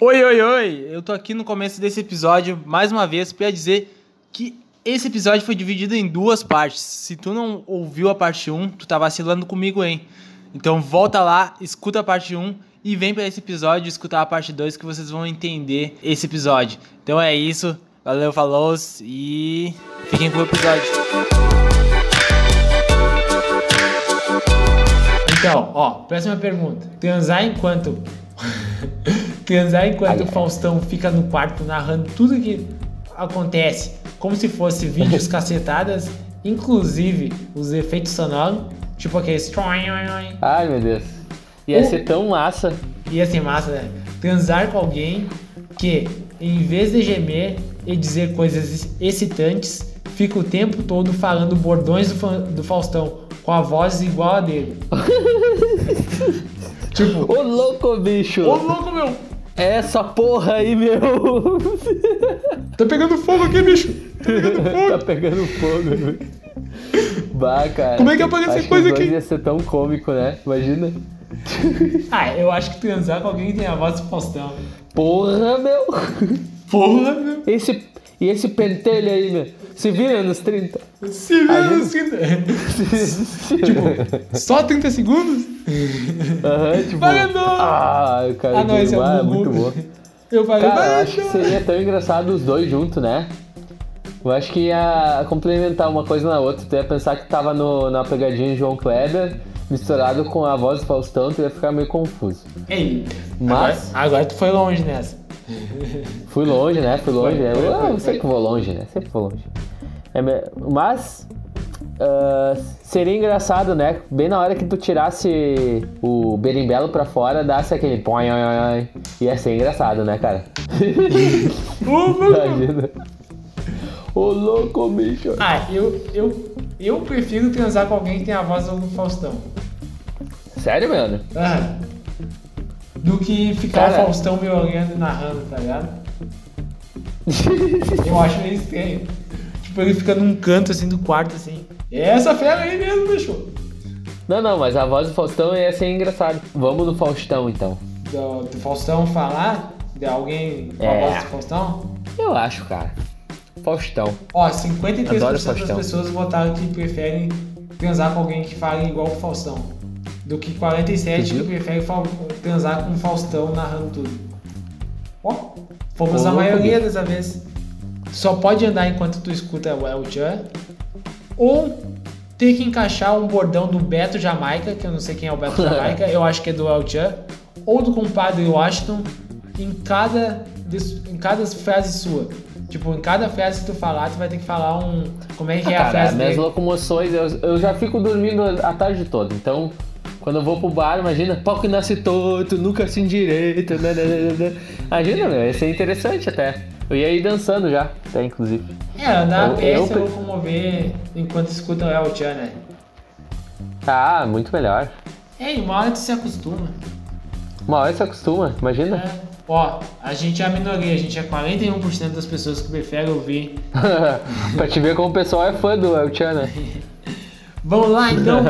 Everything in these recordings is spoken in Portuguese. Oi, oi, oi! Eu tô aqui no começo desse episódio, mais uma vez, para dizer que esse episódio foi dividido em duas partes. Se tu não ouviu a parte 1, tu tá vacilando comigo, hein? Então volta lá, escuta a parte 1 e vem para esse episódio escutar a parte 2 que vocês vão entender esse episódio. Então é isso, valeu, falou e fiquem com o episódio. Então, ó, próxima pergunta. Transar enquanto. Transar enquanto o Faustão fica no quarto narrando tudo que acontece, como se fosse vídeos cacetadas, inclusive os efeitos sonoros, tipo aqueles. Ai, meu Deus. Ia O- ser é tão massa. Ia ser massa, né? Transar com alguém que, em vez de gemer e dizer coisas excitantes, fica o tempo todo falando bordões do, fa- do Faustão, com a voz igual a dele. tipo, Ô, louco, bicho. ô louco, meu! Essa porra aí, meu. Tá pegando fogo aqui, bicho! tá pegando fogo. meu. Bah, cara. Como é que apaga essa Acho que coisa os dois aqui? Ia ser tão cômico, né? Imagina. Ah, eu acho que transar com alguém que tem a voz do Faustão. Porra, meu. Porra, né? meu! Esse, e esse pentelho aí, meu. Se vira nos 30. Se vira nos 30. Só 30 segundos? Aham, tipo. Valendo! Ah, cara, Ah, não, esse é o ah, Gugu. muito bom. Eu falei, Cara, eu "Vai, acho que não." seria tão engraçado os dois juntos, né? Eu acho que ia complementar uma coisa na outra. Tu ia pensar que tava no, na pegadinha de João Kleber, misturado com a voz do Faustão, tu ia ficar meio confuso. Ei, Mas- agora, agora tu foi longe nessa. Fui longe, né? Fui longe. né? foi, eu foi, eu sei foi. que vou longe, né? Sempre vou longe. É me- mas ah, seria engraçado, né? Bem na hora que tu tirasse o berimbelo pra fora, desse aquele põe, oi, oi. ia ser engraçado, né, cara? Imagina. Ô louco, bicho. Ah, eu, eu, eu prefiro transar com alguém que tem a voz do Faustão. Sério, mano? Ah, do que ficar Cara. o Faustão me olhando e narrando, tá ligado? Eu acho meio estranho. Tipo, ele fica num canto assim do quarto assim. É essa fera aí mesmo, bicho. Não, não, mas a voz do Faustão ia ser engraçado. Vamos no Faustão, então. Do, do Faustão falar, de alguém com a É. voz do Faustão. Eu acho, cara. Faustão. Ó, Adoro 53% das Faustão. pessoas votaram que preferem transar com alguém que fale igual o Faustão. Do que 47% que Entendi. preferem fa- transar com o Faustão narrando tudo. Ó, fomos Ô, a louco, maioria dessa vez. Só pode andar enquanto tu escuta o El Chan. Ou ter que encaixar um bordão do Beto Jamaica, que eu não sei quem é o Beto Jamaica, eu acho que é do El Chan, ou do compadre Washington em cada, des- em cada frase sua. Tipo, em cada frase que tu falar, tu vai ter que falar um. Como é que é a Ah, Cara, frase minhas dele? locomoções, eu, eu já fico dormindo a tarde toda. Então, quando eu vou pro bar, imagina, pau que nasce torto, nunca assim direito. né, né, né, né, né. Imagina, meu, ia ser interessante até. Eu ia ir dançando já, até inclusive. É, andar a Eu- pé e eu se pre- locomover enquanto escuta o El Chan, né? Ah, muito melhor. Ei, É, uma hora tu se acostuma. Uma hora se acostuma, imagina. né? Ó, a gente é a minoria, a gente é 41% das pessoas que preferem ouvir pra te ver como o pessoal é fã do El Chan, né? Vamos lá então.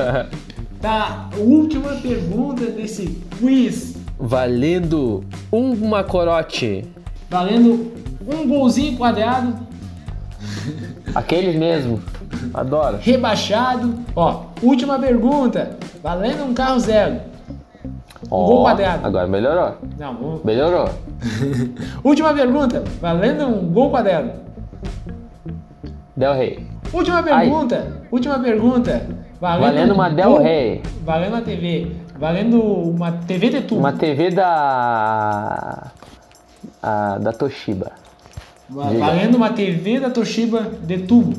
Tá, última pergunta desse quiz. Valendo uma corote. Valendo um golzinho quadrado, Aqueles mesmo. Adoro. rebaixado. Ó, última pergunta. Valendo um carro zero. Um gol quadrado. Agora melhorou. Não, vamos- Melhorou. última pergunta. Valendo um gol quadrado. Del Rey. Última pergunta. Última pergunta. Valendo, Valendo uma um Del gol- Rey. Valendo uma TV. Valendo uma TV de tubo. Uma TV da. a- da Toshiba. Va- Valendo uma TV da Toshiba de tubo.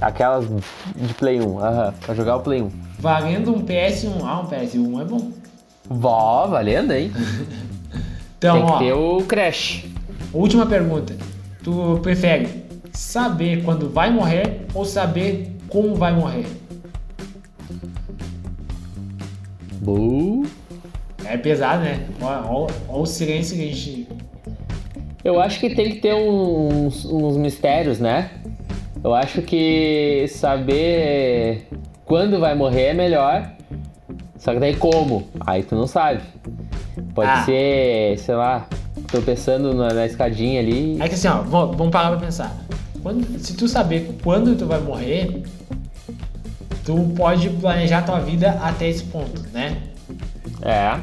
Aquelas de Play 1. Aham. Pra jogar o Play 1. Valendo um PS1. Ah, um PS1 é bom. Vó, valendo, hein? Então, Tem ó. que ter o Crash. Última pergunta. Tu prefere saber quando vai morrer ou saber como vai morrer? Buu. É pesado, né? Olha o silêncio que a gente. Eu acho que tem que ter uns, uns mistérios, né? Eu acho que saber quando vai morrer é melhor. Só que daí como? Aí tu não sabe. Pode Ah. ser, sei lá, tropeçando na, na escadinha ali. É que assim, ó, vamos vamos parar pra pensar. Quando- se tu saber quando tu vai morrer, tu pode planejar tua vida até esse ponto, né? É.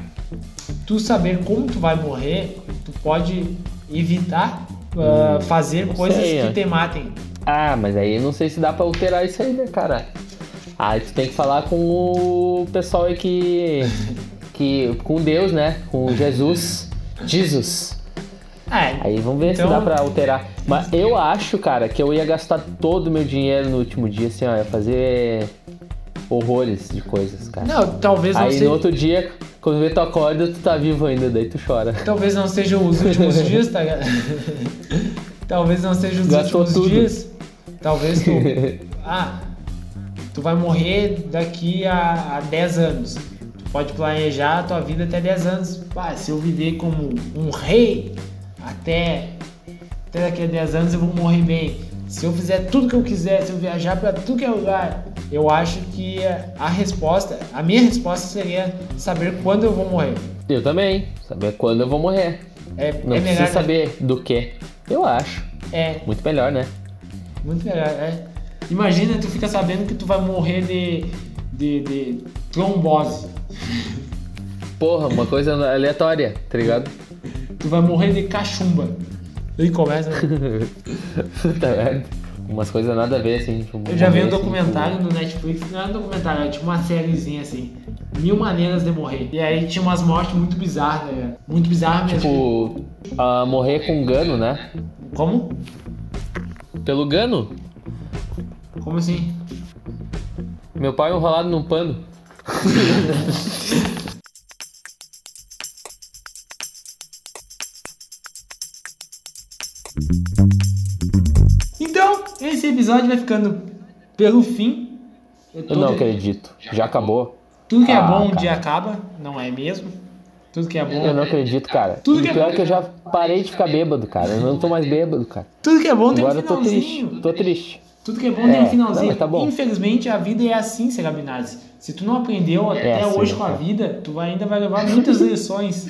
Tu saber como tu vai morrer, tu pode evitar ah, fazer Hum, não coisas sei, é. que ó. te matem. Ah, mas aí eu não sei se dá pra alterar isso aí, né, cara? Aí tu tem que falar com o pessoal aí que. que com Deus, né? Com Jesus. Jesus. É, Aí vamos ver se dá Então- pra alterar. Mas eu acho, cara, que eu ia gastar todo o meu dinheiro no último dia, assim, ó, ia fazer horrores de coisas, cara. não, talvez não Aí seja. no outro dia, quando vê tu acorda, tu tá vivo ainda, daí tu chora. Talvez não sejam os últimos dias, tá ligado? Talvez não sejam os Gastou últimos tudo. dias. Talvez tu. Ah, tu vai morrer daqui a, a 10 anos. Tu pode planejar a tua vida até 10 anos. Ah, se eu viver como um rei até, até daqui a 10 anos eu vou morrer bem. Se eu fizer tudo que eu quiser, se eu viajar pra tudo que é lugar, eu acho que a- a resposta, a minha resposta seria saber quando eu vou morrer. Eu também, saber quando eu vou morrer. É, Não é precisa melhor né? saber do que. Eu acho. É, Muito melhor, né? muito melhor, é. Imagina tu fica sabendo que tu vai morrer de, de, de trombose. Porra, uma coisa aleatória, tá ligado? Tu vai morrer de cachumba. Ele começa. né? tá vendo? Umas coisas nada a ver, assim. tipo, Eu já vi um assim, documentário no Netflix, não era um documentário, era tipo uma sériezinha assim. Mil maneiras de morrer. E aí tinha umas mortes muito bizarras, né? cara? Muito bizarras mesmo. Tipo, ah, morrer com gano, né? Como? Pelo gano, Como assim? meu pai enrolado num pano. Então, esse episódio vai ficando pelo fim. Eu tô Eu não de- acredito. Já acabou. Tudo que é Ah, bom um cara. dia acaba, não é mesmo? Tudo que é bom. Eu não acredito, cara. Tudo E que é pior bom. que eu já parei de ficar bêbado, cara. Eu não tô mais bêbado, cara. Tudo que é bom tem um Agora eu tô finalzinho. triste. Tô triste. Tudo que é bom tem um É, não, finalzinho. mas tá bom. Infelizmente, a vida é assim, Segabinazzi. Se tu não aprendeu até assim, hoje com a cara. vida, tu vai- ainda vai levar muitas lições.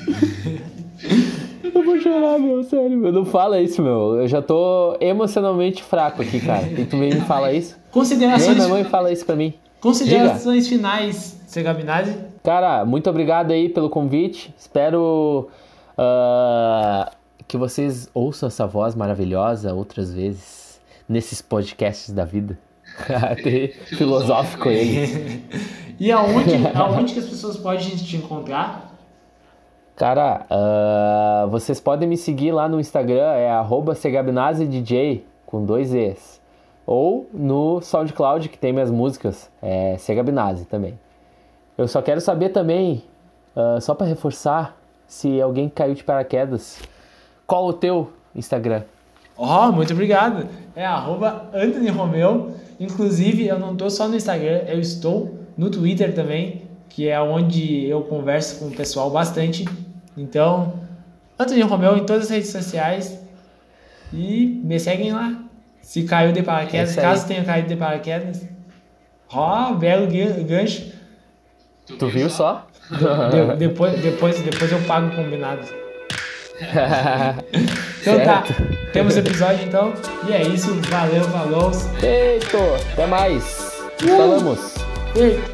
Eu vou chorar, meu, sério. Meu. Não fala isso, meu. Eu já tô emocionalmente fraco aqui, cara. E tu vem me fala isso? Nem Considerações, minha mãe fala isso pra mim. considerações finais, Segabinazzi. Cara, muito obrigado aí pelo convite. Espero ah, que vocês ouçam essa voz maravilhosa outras vezes nesses podcasts da vida. Até filosófico ele. E aonde, aonde que as pessoas podem te encontrar? Cara, ah, vocês podem me seguir lá no Instagram, é arroba cgabinazidj, com dois E's. Ou no SoundCloud, que tem minhas músicas, é cgabinazzi também. Eu só quero saber também, ah, só pra reforçar, se alguém caiu de paraquedas, qual o teu Instagram? Ó, muito obrigado. É arroba Anthony Romeu. Inclusive, eu não tô só no Instagram, eu estou no Twitter também, que é onde eu converso com o pessoal bastante. Então, Anthony Romeu em todas as redes sociais e me seguem lá. Se caiu de É paraquedas, isso aí. caso tenha caído de paraquedas. Ó, belo gan- gancho. Tu viu só? De- depois, depois, depois eu pago o combinado. Então tá, temos episódio então. E é isso, valeu, falou. Eito, até mais. Falamos. Ei.